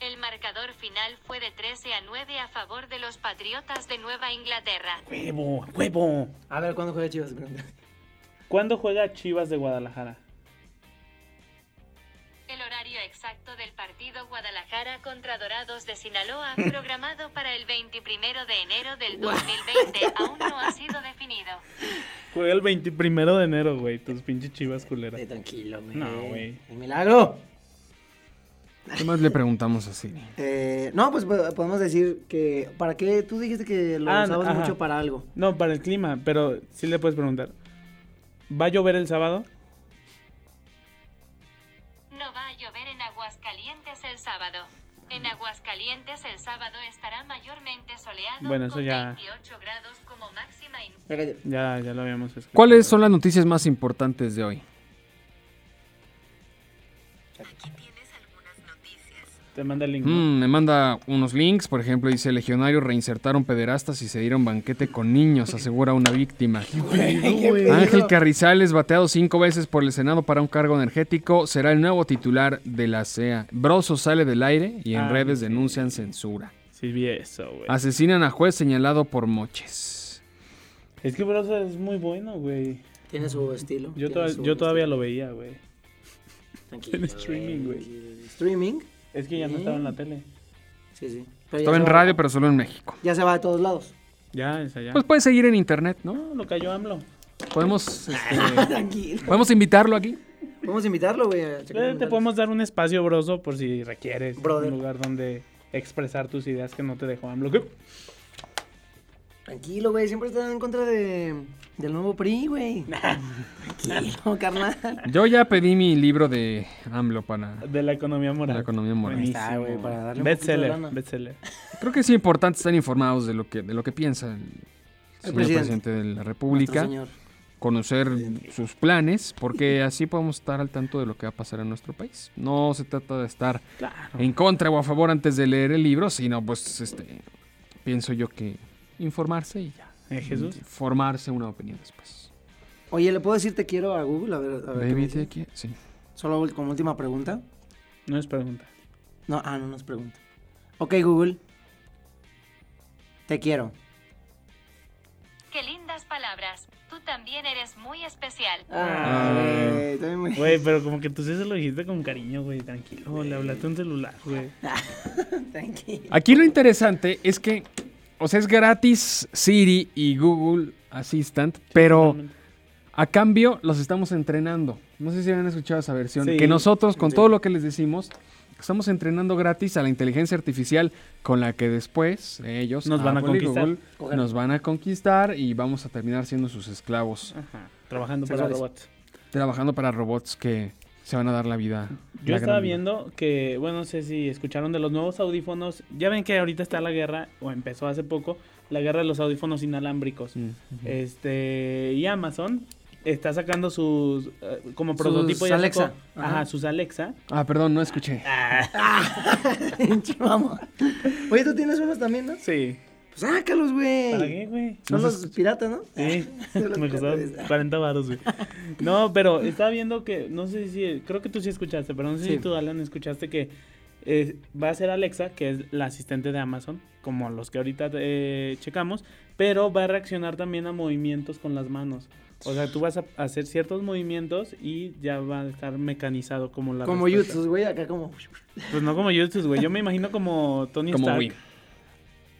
Speaker 2: El marcador final fue de 13 a 9 a favor de los Patriotas de Nueva Inglaterra.
Speaker 3: ¡Huevo, huevo!
Speaker 1: A ver, ¿cuándo juega Chivas?
Speaker 3: ¿Cuándo juega Chivas de Guadalajara?
Speaker 2: El horario exacto del partido Guadalajara contra Dorados de Sinaloa, programado para el 21 de enero del 2020, aún no ha sido definido.
Speaker 3: Juega el 21 de enero, güey, tus pinches Chivas culeras.
Speaker 1: Eh, Tranquilo, güey.
Speaker 3: No, güey.
Speaker 1: El milagro.
Speaker 4: ¿Qué más le preguntamos a Siri?
Speaker 1: Eh, no, pues po- podemos decir que. ¿Para qué? Tú dijiste que lo
Speaker 3: Ah,
Speaker 1: usabas
Speaker 3: ajá.
Speaker 1: mucho para algo.
Speaker 3: No, para el clima, pero sí le puedes preguntar. ¿Va a llover el sábado?
Speaker 2: No va a llover en Aguascalientes el sábado. En Aguascalientes el sábado estará mayormente soleado
Speaker 3: Bueno, eso
Speaker 2: con
Speaker 3: ya-
Speaker 2: 28 grados como máxima y
Speaker 3: Ya, ya lo habíamos escuchado.
Speaker 4: ¿Cuáles son las noticias más importantes de hoy?
Speaker 5: Aquí tienes algunas noticias.
Speaker 3: Te manda el link. ¿no?
Speaker 4: Mm, me manda unos links, por ejemplo, dice Legionarios reinsertaron pederastas y se dieron banquete con niños, asegura una víctima. Ángel Carrizales, bateado cinco veces por el Senado para un cargo energético, será el nuevo titular de la CEA. Broso sale del aire y en
Speaker 3: Ah,
Speaker 4: redes
Speaker 3: sí.
Speaker 4: denuncian censura.
Speaker 3: Sí, vi eso, güey.
Speaker 4: Asesinan a juez señalado por moches.
Speaker 3: Es que Broso es muy bueno, güey.
Speaker 1: Tiene su estilo.
Speaker 3: Yo,
Speaker 1: tiene
Speaker 3: toda-
Speaker 1: su
Speaker 3: yo todavía
Speaker 1: estilo.
Speaker 3: lo veía, güey.
Speaker 1: Tranquilo,
Speaker 3: en streaming, güey.
Speaker 1: tranquilo. ¿Streaming?
Speaker 3: Es que ya no estaba en la tele.
Speaker 1: Sí, sí. Pero ya
Speaker 4: Estaba
Speaker 1: se
Speaker 4: en
Speaker 1: va-
Speaker 4: radio, pero solo en México.
Speaker 1: Ya se va de todos lados.
Speaker 3: Ya, es allá.
Speaker 4: Pues puede seguir en internet, ¿no?
Speaker 3: No, lo cayó AMLO.
Speaker 4: Podemos, este,
Speaker 1: Tranquilo.
Speaker 4: podemos invitarlo aquí.
Speaker 1: Podemos invitarlo, güey. a checar
Speaker 3: Eh, te
Speaker 1: comentarios.
Speaker 3: podemos dar un espacio, Broso, por si requieres.
Speaker 1: Brother.
Speaker 3: Un lugar donde expresar tus ideas que no te dejó AMLO. ¿Qué?
Speaker 1: Tranquilo, güey. Siempre están en contra de, del nuevo PRI, güey. Tranquilo, carnal.
Speaker 4: Yo ya pedí mi libro de AMLO para
Speaker 3: De la economía moral.
Speaker 4: la economía moral.
Speaker 3: Buenísimo.
Speaker 1: Ahí está, güey, para darle un
Speaker 3: Bestseller,
Speaker 1: poquito de lana.
Speaker 3: bestseller.
Speaker 4: Creo que es importante estar informados de lo que, de lo que piensa el, señor
Speaker 1: presidente.
Speaker 4: presidente. de la
Speaker 1: Nuestro
Speaker 4: República,
Speaker 1: señor.
Speaker 4: conocer sus planes, porque así podemos estar al tanto de lo que va a pasar en nuestro país. No se trata de estar en contra o a favor antes de leer el libro, sino pues este pienso yo que informarse y ya.
Speaker 3: Eh, Jesús.
Speaker 4: Formarse una opinión después.
Speaker 1: Oye, ¿le puedo decir te quiero a Google? A ver, a ver. qué me
Speaker 4: Baby,
Speaker 1: dice.
Speaker 4: te qui- sí.
Speaker 1: Solo ul- como última pregunta.
Speaker 3: No es pregunta.
Speaker 1: No, ah, no nos pregunta. Ok, Google. Te quiero.
Speaker 2: Qué lindas palabras. Tú también eres muy especial.
Speaker 1: Ah, güey, también me-
Speaker 3: Güey, pero como que tú sí se lo dijiste con cariño, güey. Tranquilo, le hablaste a un celular, güey.
Speaker 1: Tranquilo.
Speaker 4: Aquí lo interesante es que, o sea, es gratis Siri y Google Assistant, pero a cambio los estamos entrenando. No sé si han escuchado esa versión.
Speaker 3: Sí.
Speaker 4: que nosotros, con
Speaker 3: Sí.
Speaker 4: todo lo que les decimos, estamos entrenando gratis a la inteligencia artificial con la que después ellos
Speaker 3: Nos van a
Speaker 4: Apple y
Speaker 3: conquistar.
Speaker 1: Ojalá.
Speaker 4: nos van a conquistar y vamos a terminar siendo sus esclavos,
Speaker 3: Ajá. Trabajando para
Speaker 1: Sexuales.
Speaker 3: robots.
Speaker 4: trabajando para robots que se van a dar la vida.
Speaker 3: Yo
Speaker 4: la
Speaker 3: estaba
Speaker 4: gran vida.
Speaker 3: viendo que, bueno, no sé si escucharon de los nuevos audífonos. Ya ven que ahorita está la guerra, o empezó hace poco, la guerra de los audífonos inalámbricos.
Speaker 4: Mm.
Speaker 3: Este, y Amazon está sacando sus, eh, como
Speaker 1: Sus
Speaker 3: prototipo ya sacó-
Speaker 1: Alexa.
Speaker 3: ajá.
Speaker 1: Ajá.
Speaker 3: sus Alexa.
Speaker 4: Ah, perdón, no escuché.
Speaker 1: Ah, Pinche mamá. Oye, tú tienes unos también, ¿no?
Speaker 3: Sí.
Speaker 1: Pues sácalos, güey.
Speaker 3: ¿Para qué, güey?
Speaker 1: Son los piratas, ¿no?
Speaker 3: Sí,
Speaker 1: Son los
Speaker 3: me costaron
Speaker 1: piratas.
Speaker 3: 40 baros, güey. No, pero estaba viendo que, no sé si, creo que tú sí escuchaste, pero no sé si
Speaker 1: Sí.
Speaker 3: tú, Alan, escuchaste que eh, va a ser Alexa, que es la asistente de Amazon, como los que ahorita eh, checamos, pero va a reaccionar también a movimientos con las manos. O sea, tú vas a hacer ciertos movimientos y ya va a estar mecanizado como la
Speaker 1: Como
Speaker 3: respuesta.
Speaker 1: YouTube, güey, acá como.
Speaker 3: Pues no como YouTube, güey. Yo me imagino como Tony
Speaker 4: Como
Speaker 3: Stark.
Speaker 4: Wii.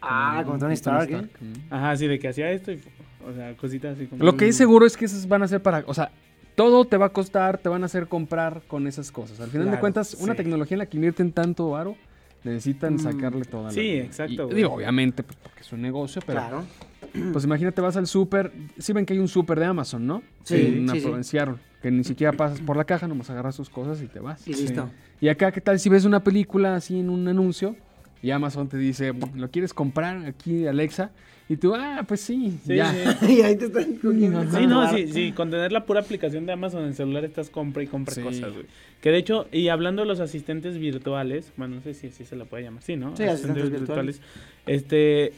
Speaker 1: Ah, como Tony Stark, ¿eh?
Speaker 4: Mm.
Speaker 3: Ajá, así de que hacía esto y, o sea, cositas así como...
Speaker 1: Mm.
Speaker 4: Lo que es seguro es que esas van a ser para, o sea, Todo te va a costar, te van a hacer comprar con esas cosas. Al final de
Speaker 1: Claro,
Speaker 4: cuentas, una
Speaker 1: sí. Mm.
Speaker 4: tecnología en la que invierten tanto varo, necesitan sacarle toda la
Speaker 3: Sí,
Speaker 4: lana.
Speaker 3: exacto,
Speaker 4: Y-
Speaker 3: güey.
Speaker 4: digo, obviamente, pues, porque es un negocio, pero
Speaker 1: Claro.
Speaker 4: pues imagínate, vas al súper. Sí ven que hay un súper de Amazon, ¿no?
Speaker 1: Sí,
Speaker 4: En una
Speaker 1: sí, sí.
Speaker 4: Provincial, que ni siquiera pasas por la caja, nomás agarras tus cosas y te vas.
Speaker 1: Y listo.
Speaker 4: Y acá, ¿qué tal si ves una película así en un anuncio y Amazon te dice, ¿lo quieres comprar aquí, Alexa? Y tú, ah, pues sí,
Speaker 3: Sí,
Speaker 4: ya.
Speaker 3: sí.
Speaker 1: y ahí te están cogiendo.
Speaker 3: Sí, no, sí, sí, con tener la pura aplicación de Amazon en el celular estás compra y compra
Speaker 4: Sí.
Speaker 3: cosas, güey. Que de hecho, y hablando de los asistentes virtuales, bueno, no sé si así se la puede llamar, sí, ¿no?
Speaker 1: Sí, asistentes virtuales.
Speaker 3: Este,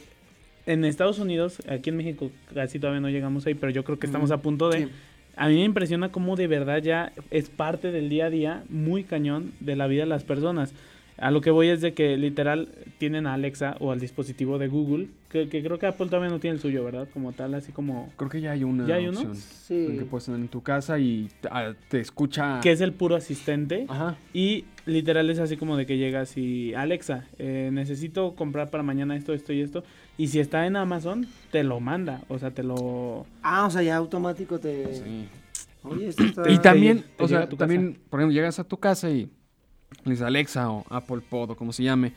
Speaker 3: en Estados Unidos, aquí en México casi todavía no llegamos ahí, pero yo creo que estamos a punto de...
Speaker 1: Sí.
Speaker 3: A mí me impresiona cómo de verdad ya es parte del día a día, muy cañón, de la vida de las personas. A lo que voy es de que literal tienen a Alexa o al dispositivo de Google, que, que creo que Apple todavía no tiene el suyo, ¿verdad? Como tal, así como...
Speaker 4: Creo que ya hay una
Speaker 3: ¿Ya hay uno?
Speaker 4: opción
Speaker 1: Sí.
Speaker 4: en que puedes tener en tu casa y te, ah, te escucha.
Speaker 3: que es el puro asistente.
Speaker 4: Ajá.
Speaker 3: Y literal es así como de que llegas y Alexa, eh, necesito comprar para mañana esto, esto y esto. Y si está en Amazon, te lo manda. O sea, te lo...
Speaker 1: Ah, o sea, ya automático te.
Speaker 4: Sí.
Speaker 1: Oye, esto está.
Speaker 4: Y también,
Speaker 3: llega- te
Speaker 4: o
Speaker 3: llega
Speaker 4: sea,
Speaker 3: a tu
Speaker 4: también, por ejemplo, llegas a tu casa y le dices Alexa o Apple Pod o como se llame.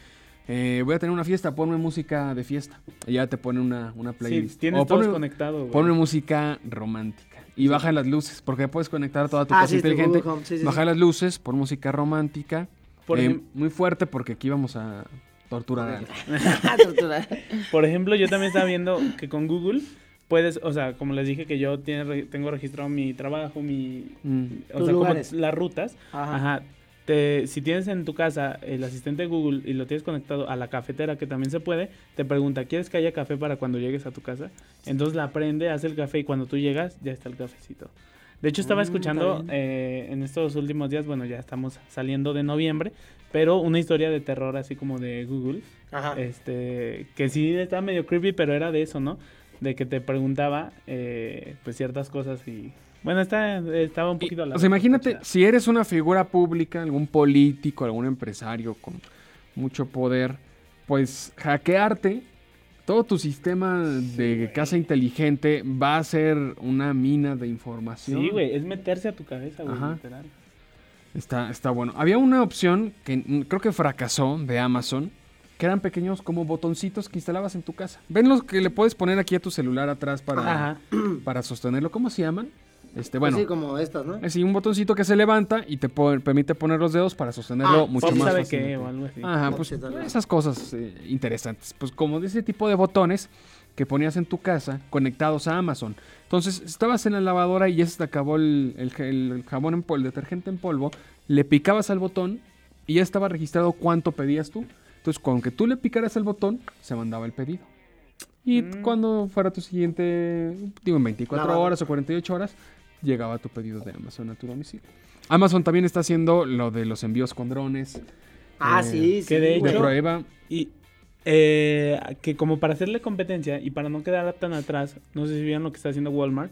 Speaker 4: eh, voy a tener una fiesta, ponme música de fiesta. Y ya te pone una, una playlist.
Speaker 3: Sí, tienes
Speaker 4: O
Speaker 3: todo
Speaker 4: ponme-
Speaker 3: conectado. güey.
Speaker 4: Ponme música romántica. Y baja las luces, porque puedes conectar toda tu
Speaker 1: Ah,
Speaker 4: casa
Speaker 1: sí, tu
Speaker 4: inteligente.
Speaker 1: Google Home, sí, sí,
Speaker 4: baja
Speaker 1: sí.
Speaker 4: las luces, pon música romántica.
Speaker 3: Por
Speaker 4: eh,
Speaker 3: ejem-
Speaker 4: muy fuerte, porque aquí vamos a torturar a alguien.
Speaker 1: Ah, Tortura.
Speaker 3: Por ejemplo, yo también estaba viendo que con Google puedes, o sea, como les dije que yo tiene re- tengo registrado mi trabajo, mi...
Speaker 4: Mm.
Speaker 1: Tus
Speaker 3: O sea, como
Speaker 1: lugares.
Speaker 3: las rutas.
Speaker 1: Ajá.
Speaker 3: Ajá. Te- si tienes en tu casa el asistente de Google y lo tienes conectado a la cafetera, que también se puede, te pregunta, ¿quieres que haya café para cuando llegues a tu casa? Entonces la prende, hace el café y cuando tú llegas ya está el cafecito. De hecho, estaba
Speaker 1: Mm,
Speaker 3: escuchando
Speaker 1: está
Speaker 3: eh, en estos últimos días, bueno, ya estamos saliendo de noviembre, pero una historia de terror así como de Google,
Speaker 1: Ajá.
Speaker 3: este, que sí estaba medio creepy, pero era de eso, ¿no? De que te preguntaba eh, pues ciertas cosas y... Bueno, está, estaba un poquito...
Speaker 4: O sea, imagínate, si eres una figura pública, algún político, algún empresario con mucho poder, pues hackearte, todo tu sistema de casa inteligente va a ser una mina de información.
Speaker 3: Sí, güey, es meterse a tu cabeza, güey,
Speaker 4: Ajá.
Speaker 3: literal.
Speaker 4: Está, está bueno. Había una opción que mm, creo que fracasó de Amazon, que eran pequeños como botoncitos que instalabas en tu casa. ¿Ven los que le puedes poner aquí a tu celular atrás para,
Speaker 3: Ajá.
Speaker 4: para sostenerlo? ¿Cómo se llaman? Este, bueno,
Speaker 1: Así como estas, ¿no?
Speaker 4: Así, un botoncito que se levanta y te po- permite poner los dedos para sostenerlo
Speaker 1: Ah,
Speaker 4: mucho
Speaker 1: sí,
Speaker 3: Pop
Speaker 4: más
Speaker 3: sabe
Speaker 4: fácilmente.
Speaker 3: qué o algo así.
Speaker 4: Ajá,
Speaker 1: Pop
Speaker 4: pues
Speaker 1: sí, tal vez.
Speaker 4: esas cosas eh, interesantes. Pues como de ese tipo de botones que ponías en tu casa conectados a Amazon. Entonces, estabas en la lavadora y ya se te acabó el, el ja- el jabón en polvo, el detergente en polvo, le picabas al botón y ya estaba registrado cuánto pedías tú. Entonces, con que tú le picaras al botón, se mandaba el pedido. Y
Speaker 3: Mm.
Speaker 4: cuando fuera tu siguiente, digo, en 24
Speaker 1: Lavado.
Speaker 4: horas o 48 horas, llegaba tu pedido de Amazon a tu domicilio. Amazon también está haciendo lo de los envíos con drones.
Speaker 1: Ah,
Speaker 4: Eh,
Speaker 1: sí, sí.
Speaker 3: que de
Speaker 4: De
Speaker 1: güey.
Speaker 3: hecho-
Speaker 4: prueba.
Speaker 3: Y eh, que como para hacerle competencia y para no quedar tan atrás, no sé si vieron lo que está haciendo Walmart,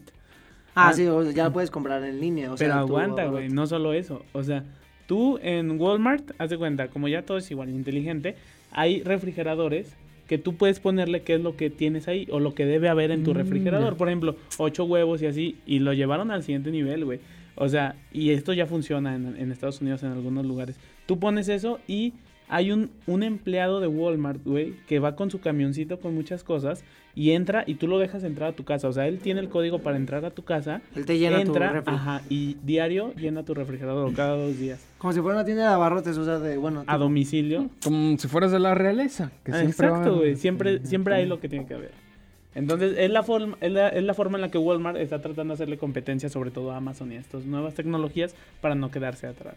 Speaker 1: Ah, sí, o sea, ya puedes comprar en línea. O sea,
Speaker 3: pero
Speaker 1: tú-
Speaker 3: aguanta, güey, no solo eso, o sea, tú en Walmart, haz de cuenta, como ya todo es igual inteligente, hay refrigeradores que tú puedes ponerle qué es lo que tienes ahí o lo que debe haber en tu
Speaker 4: Mm,
Speaker 3: refrigerador,
Speaker 4: ya.
Speaker 3: por ejemplo, ocho huevos y así, y lo llevaron al siguiente nivel, güey. O sea, y esto ya funciona en, en Estados Unidos en algunos lugares. Tú pones eso y hay un, un empleado de Walmart, güey, que va con su camioncito con muchas cosas y entra y tú lo dejas entrar a tu casa. O sea, él tiene el código para entrar a tu casa.
Speaker 1: Él te llena tu
Speaker 3: entra,
Speaker 1: refri.
Speaker 3: ajá, y diario llena tu refrigerador cada dos días.
Speaker 1: Como si fuera una tienda de abarrotes, o sea, de, bueno.
Speaker 3: A domicilio.
Speaker 4: Como si fueras de la realeza. Que
Speaker 3: Ah,
Speaker 4: siempre
Speaker 3: Exacto,
Speaker 4: va-
Speaker 3: güey. Siempre, siempre hay lo que tiene que haber. Entonces, es la, forma, es, la, es la forma en la que Walmart está tratando de hacerle competencia, sobre todo a Amazon y a estas nuevas tecnologías, para no quedarse atrás.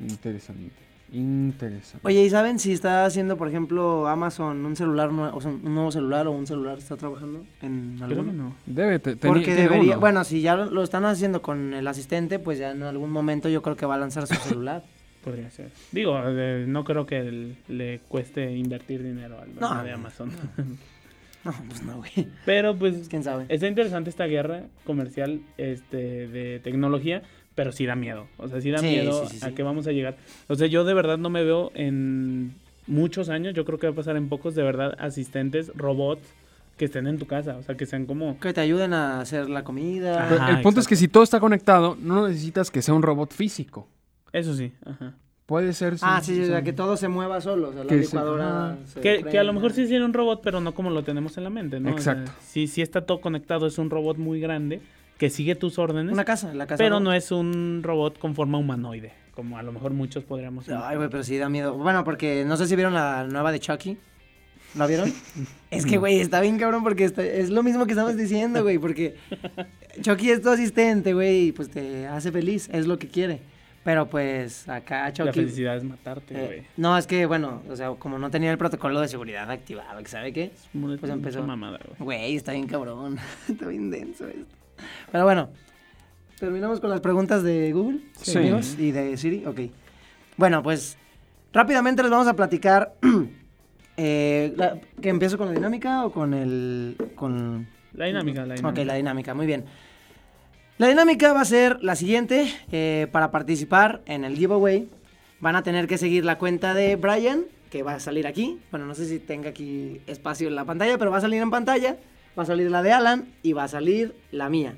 Speaker 4: Interesante. Interesante.
Speaker 1: Oye, ¿y saben si está haciendo, por ejemplo, Amazon un celular, nue- o sea, un nuevo celular o un celular está trabajando en
Speaker 3: Pero
Speaker 1: alguno?
Speaker 3: no.
Speaker 4: Debe, te- tenía-
Speaker 1: Porque
Speaker 4: tiene
Speaker 1: debería,
Speaker 4: uno.
Speaker 1: bueno, si ya lo lo están haciendo con el asistente, pues ya en algún momento yo creo que va a lanzar su celular.
Speaker 3: Podría ser. Digo, eh, no creo que el- le cueste invertir dinero al
Speaker 1: No.
Speaker 3: de Amazon.
Speaker 1: No, pues no, güey.
Speaker 3: Pero pues
Speaker 1: ¿Quién sabe?
Speaker 3: está interesante esta guerra comercial este, de tecnología, pero sí da miedo. O sea, sí da
Speaker 1: Sí,
Speaker 3: miedo
Speaker 1: sí, sí,
Speaker 3: a
Speaker 1: sí.
Speaker 3: qué vamos a llegar. O sea, yo de verdad no me veo en muchos años, yo creo que va a pasar en pocos, de verdad, asistentes, robots, que estén en tu casa, o sea, que sean como...
Speaker 1: Que te ayuden a hacer la comida.
Speaker 4: Pero
Speaker 3: Ajá,
Speaker 4: el punto es
Speaker 3: exacto.
Speaker 4: que si todo está conectado, no necesitas que sea un robot físico.
Speaker 3: Eso sí, ajá.
Speaker 4: Puede ser.
Speaker 1: Ah, sí,
Speaker 4: o
Speaker 1: o
Speaker 4: sea,
Speaker 1: sea, que todo se mueva solo, o sea, la
Speaker 4: Que se-
Speaker 1: licuadora. se
Speaker 3: Que, que a lo
Speaker 1: prenda.
Speaker 3: mejor sí hiciera un robot, pero no como lo tenemos en la mente, ¿no? O sea,
Speaker 4: Exacto.
Speaker 3: sí, sí está todo conectado, es un robot muy grande que sigue tus órdenes,
Speaker 1: Una casa, la casa.
Speaker 3: pero no es un robot con forma humanoide, como a lo mejor muchos podríamos...
Speaker 1: Ay, güey, pero sí da miedo. Bueno, porque no sé si vieron la nueva de Chucky. ¿La vieron? es que, güey, está bien cabrón porque está- es lo mismo que estamos diciendo, güey, porque Chucky es tu asistente, güey, y pues te hace feliz, es lo que quiere. Pero pues acá
Speaker 3: La
Speaker 1: Chucky...
Speaker 3: felicidad es matarte,
Speaker 1: eh,
Speaker 3: güey.
Speaker 1: no, es que, bueno, o sea, como no tenía el protocolo de seguridad activado, que ¿sabe qué?
Speaker 3: Una-
Speaker 1: Pues empezó.
Speaker 3: mucha mamada, güey.
Speaker 1: Güey, está bien cabrón, está bien denso esto. Pero bueno, terminamos con las preguntas de Google,
Speaker 4: Sí.
Speaker 1: amigos, y de Siri, ok. Bueno, pues rápidamente les vamos a platicar. eh, la- ¿Que empiezo con la dinámica o con el. con.
Speaker 3: La dinámica, la dinámica.
Speaker 1: Ok, la dinámica, muy bien. La dinámica va a ser la siguiente. eh, para participar en el giveaway van a tener que seguir la cuenta de Brian, que va a salir aquí. Bueno, no sé si tenga aquí espacio en la pantalla, pero va a salir en pantalla. Va a salir la de Alan y va a salir la mía.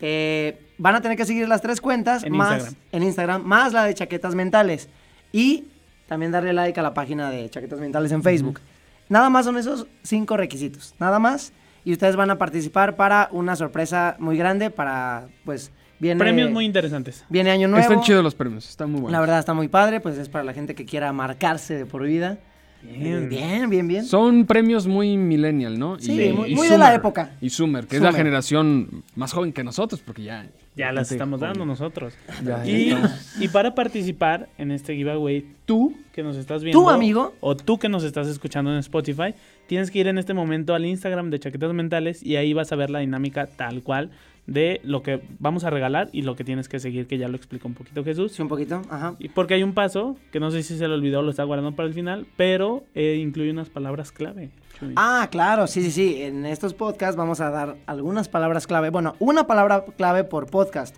Speaker 1: Eh, van a tener que seguir las tres cuentas
Speaker 3: En
Speaker 1: más
Speaker 3: Instagram.
Speaker 1: en Instagram, más la de Chaquetas Mentales. Y también darle like a la página de Chaquetas Mentales en Facebook. Nada más son esos cinco requisitos, nada más. Y ustedes van a participar para una sorpresa muy grande para, pues, viene,
Speaker 3: Premios muy interesantes.
Speaker 1: viene Año Nuevo.
Speaker 4: Están chidos los premios, están muy buenos.
Speaker 1: La verdad está muy padre, pues es para la gente que quiera marcarse de por vida. Bien, bien, bien. bien.
Speaker 4: Son premios muy millennial, ¿no?
Speaker 1: ¿eh? Sí, muy- muy de la época.
Speaker 4: Y Summer, que es la
Speaker 1: Summer.
Speaker 4: generación más joven que nosotros, porque ya...
Speaker 3: Ya las
Speaker 4: gente
Speaker 3: estamos
Speaker 4: joven.
Speaker 3: dando nosotros.
Speaker 4: Ya, ya
Speaker 3: Y,
Speaker 4: estamos.
Speaker 3: y para participar en este giveaway, tú que nos estás viendo,
Speaker 1: Tú, amigo.
Speaker 3: o tú que nos estás escuchando en Spotify, tienes que ir en este momento al Instagram de Chaquetas Mentales y ahí vas a ver la dinámica tal cual de lo que vamos a regalar y lo que tienes que seguir, que ya lo explica un poquito Jesús.
Speaker 1: Sí, un poquito, ajá.
Speaker 3: Y porque hay un paso que no sé si se lo olvidó o lo está guardando para el final, pero eh, incluye unas palabras clave. Chuy.
Speaker 1: Ah, claro, sí, sí, sí. En estos podcasts vamos a dar algunas palabras clave. Bueno, una palabra clave por podcast.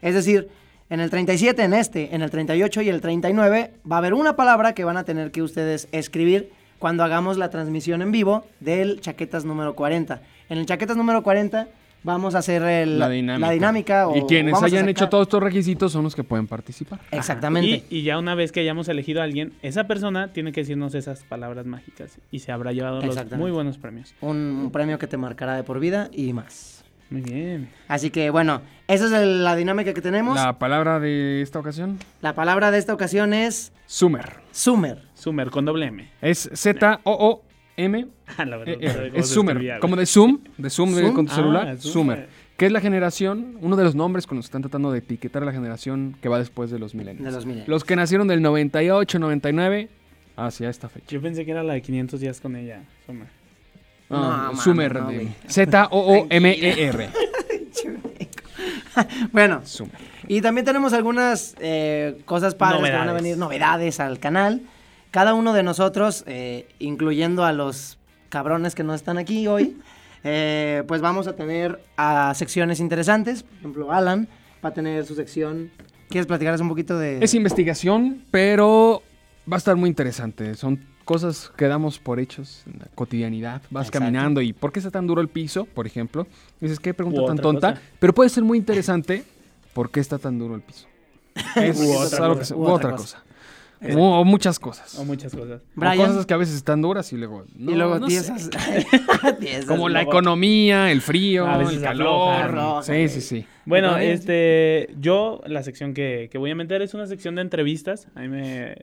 Speaker 1: Es decir, en el 37, en este, en el 38 y el 39 va a haber una palabra que van a tener que ustedes escribir cuando hagamos la transmisión en vivo del chaquetas número 40. En el chaquetas número 40 vamos a hacer el-
Speaker 4: La dinámica.
Speaker 1: dinámica o
Speaker 4: y quienes
Speaker 1: vamos a
Speaker 4: hayan
Speaker 1: sacar-
Speaker 4: hecho todos estos requisitos son los que pueden participar.
Speaker 1: Exactamente.
Speaker 3: Y, y ya una vez que hayamos elegido a alguien, esa persona tiene que decirnos esas palabras mágicas y se habrá llevado los
Speaker 1: Exactamente.
Speaker 3: muy buenos premios.
Speaker 1: Un- un premio que te marcará de por vida y más.
Speaker 3: Muy bien.
Speaker 1: Así que bueno, esa es el- la dinámica que tenemos.
Speaker 4: La palabra de esta ocasión,
Speaker 1: La palabra de esta ocasión es
Speaker 4: Summer.
Speaker 1: Sumer.
Speaker 3: Sumer con doble M.
Speaker 4: Es Z-O-O-M.
Speaker 3: Ah, la verdad,
Speaker 4: eh,
Speaker 3: no sabía
Speaker 4: eh,
Speaker 3: cómo
Speaker 4: Es
Speaker 3: se escribía,
Speaker 4: Summer.
Speaker 3: güey.
Speaker 4: Como de Zoom, de Zoom de-
Speaker 1: Zoom.
Speaker 4: con tu
Speaker 3: Ah,
Speaker 4: celular.
Speaker 3: Zoomer.
Speaker 4: Summer. Que es la generación, uno de los nombres con los que están tratando de etiquetar a la generación que va después de los
Speaker 1: De
Speaker 4: millennials.
Speaker 1: los millennials.
Speaker 4: Los que nacieron del 98, 99 hacia esta fecha.
Speaker 3: Yo pensé que era la de 500 días con ella, Sumer.
Speaker 1: No,
Speaker 4: Ah,
Speaker 1: mano,
Speaker 4: Sumer.
Speaker 1: no, güey.
Speaker 4: Z-O-O-M-E-R.
Speaker 1: Bueno,
Speaker 4: Sumer.
Speaker 1: y también tenemos algunas eh, cosas padres que van a
Speaker 3: Novedades.
Speaker 1: venir, novedades al canal. Cada uno de nosotros, eh, incluyendo a los cabrones que no están aquí hoy, eh, pues vamos a tener a secciones interesantes. Por ejemplo, Alan va a tener su sección. ¿Quieres platicarles un poquito de...?
Speaker 4: Es investigación, pero va a estar muy interesante. Son cosas que damos por hechos en la cotidianidad. Vas
Speaker 1: Exacto.
Speaker 4: caminando y ¿por qué está tan duro el piso? Por ejemplo, dices, qué pregunta
Speaker 3: U
Speaker 4: tan
Speaker 3: otra
Speaker 4: tonta.
Speaker 3: cosa.
Speaker 4: Pero puede ser muy interesante, ¿por qué está tan duro el piso? Es,
Speaker 3: U
Speaker 4: es
Speaker 3: otra
Speaker 4: algo
Speaker 3: cosa.
Speaker 4: que se-
Speaker 1: U
Speaker 4: u
Speaker 1: otra
Speaker 4: otra
Speaker 1: cosa.
Speaker 4: cosa. O, o muchas cosas.
Speaker 3: O muchas cosas.
Speaker 4: O
Speaker 1: Brian.
Speaker 4: cosas que a veces están duras y luego.
Speaker 1: y
Speaker 4: no,
Speaker 1: luego
Speaker 4: no sé.
Speaker 1: piezas... piezas,
Speaker 4: Como la
Speaker 1: ¿no?
Speaker 4: economía, el frío,
Speaker 3: A veces
Speaker 4: el
Speaker 3: afloja,
Speaker 4: calor.
Speaker 1: ¿no?
Speaker 4: sí, sí, sí.
Speaker 3: Bueno,
Speaker 1: Otra vez.
Speaker 3: este, yo la sección que, que voy a meter es una sección de entrevistas. A mí me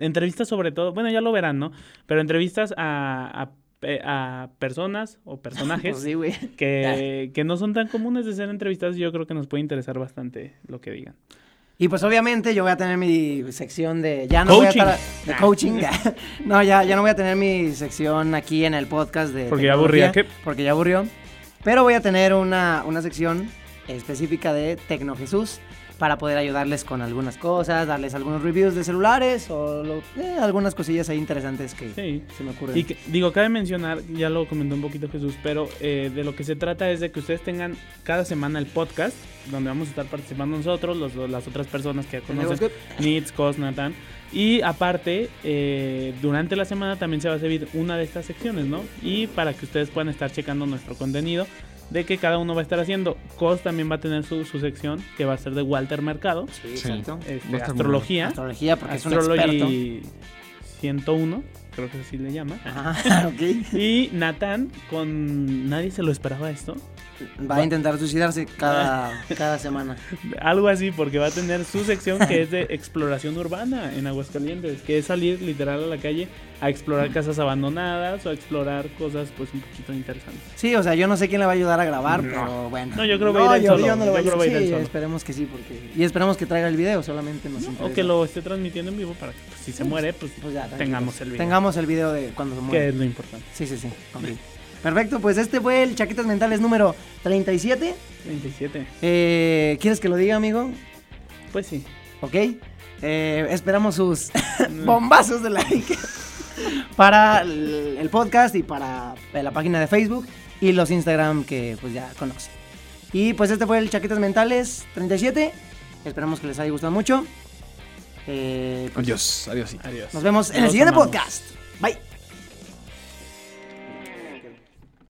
Speaker 3: entrevistas sobre todo, bueno, ya lo verán, ¿no? Pero entrevistas a, a- eh, a personas o personajes
Speaker 1: Pues sí, güey.
Speaker 3: que, que no son tan comunes de ser entrevistados. y Yo creo que nos puede interesar bastante lo que digan.
Speaker 1: Y pues obviamente yo voy a tener mi sección de ya no
Speaker 3: Coaching.
Speaker 1: voy a estar- de coaching. no, ya, ya no voy a tener mi sección aquí en el podcast de
Speaker 3: Porque ya
Speaker 1: tecnología,
Speaker 3: aburría, ¿qué?
Speaker 1: Porque ya aburrió. Pero voy a tener una, una sección específica de Tecno Jesús para poder ayudarles con algunas cosas, darles algunos reviews de celulares o lo- eh, algunas cosillas ahí interesantes que
Speaker 3: Sí.
Speaker 1: se me ocurren.
Speaker 3: Y que- digo, cabe mencionar, ya lo comentó un poquito Jesús, pero eh, de lo que se trata es de que ustedes tengan cada semana el podcast donde vamos a estar participando nosotros, los, dos- las otras personas que ya conocen,
Speaker 1: Tenemos
Speaker 3: Nitz, Cos, Nathan. Y aparte, eh, durante la semana también se va a servir una de estas secciones, ¿no? Y para que ustedes puedan estar checando nuestro contenido de que cada uno va a estar haciendo. Cos también va a tener su, su sección, que va a ser de Walter Mercado,
Speaker 1: Sí,
Speaker 4: Sí.
Speaker 1: exacto.
Speaker 3: este,
Speaker 4: Walter
Speaker 3: astrología,
Speaker 1: Astrología, porque Ah, es un experto.
Speaker 3: astrology 101, creo que así le llama.
Speaker 1: Ajá, ok.
Speaker 3: Y Natán, con nadie se lo esperaba esto.
Speaker 1: Va a intentar suicidarse cada, cada semana.
Speaker 3: Algo así, porque va a tener su sección que es de exploración urbana en Aguascalientes, que es salir literal a la calle a explorar casas abandonadas o a explorar cosas pues un poquito interesantes.
Speaker 1: Sí, o sea, yo no sé quién le va a ayudar a grabar, pero bueno.
Speaker 3: No, yo creo que va a ir él
Speaker 1: yo,
Speaker 3: solo,
Speaker 1: yo no le
Speaker 3: yo
Speaker 1: voy a
Speaker 3: creo que va a ir él
Speaker 1: ayudar. Sí,
Speaker 3: solo.
Speaker 1: esperemos que sí, porque... Y esperemos que traiga el video, solamente nos interesa.
Speaker 3: O que lo esté transmitiendo en vivo para que pues, si se muere, pues,
Speaker 1: Pues ya, tranquilos.
Speaker 3: tengamos el video.
Speaker 1: Tengamos el video de cuando se muere.
Speaker 3: Que es lo importante.
Speaker 1: Sí, sí, sí. ok. Perfecto, pues este fue el Chaquetas Mentales número 37.
Speaker 3: 27.
Speaker 1: Eh, ¿Quieres que lo diga, amigo?
Speaker 3: Pues sí.
Speaker 1: ¿Ok? Eh, esperamos sus bombazos de like para el, el podcast y para eh, la página de Facebook y los Instagram que pues ya conocen. Y pues este fue el Chaquetas Mentales 37. Esperamos que les haya gustado mucho. Eh,
Speaker 4: Adiós, adiós.
Speaker 3: Adiós.
Speaker 1: nos vemos en el
Speaker 3: Los
Speaker 1: siguiente
Speaker 3: amamos.
Speaker 1: podcast. Bye.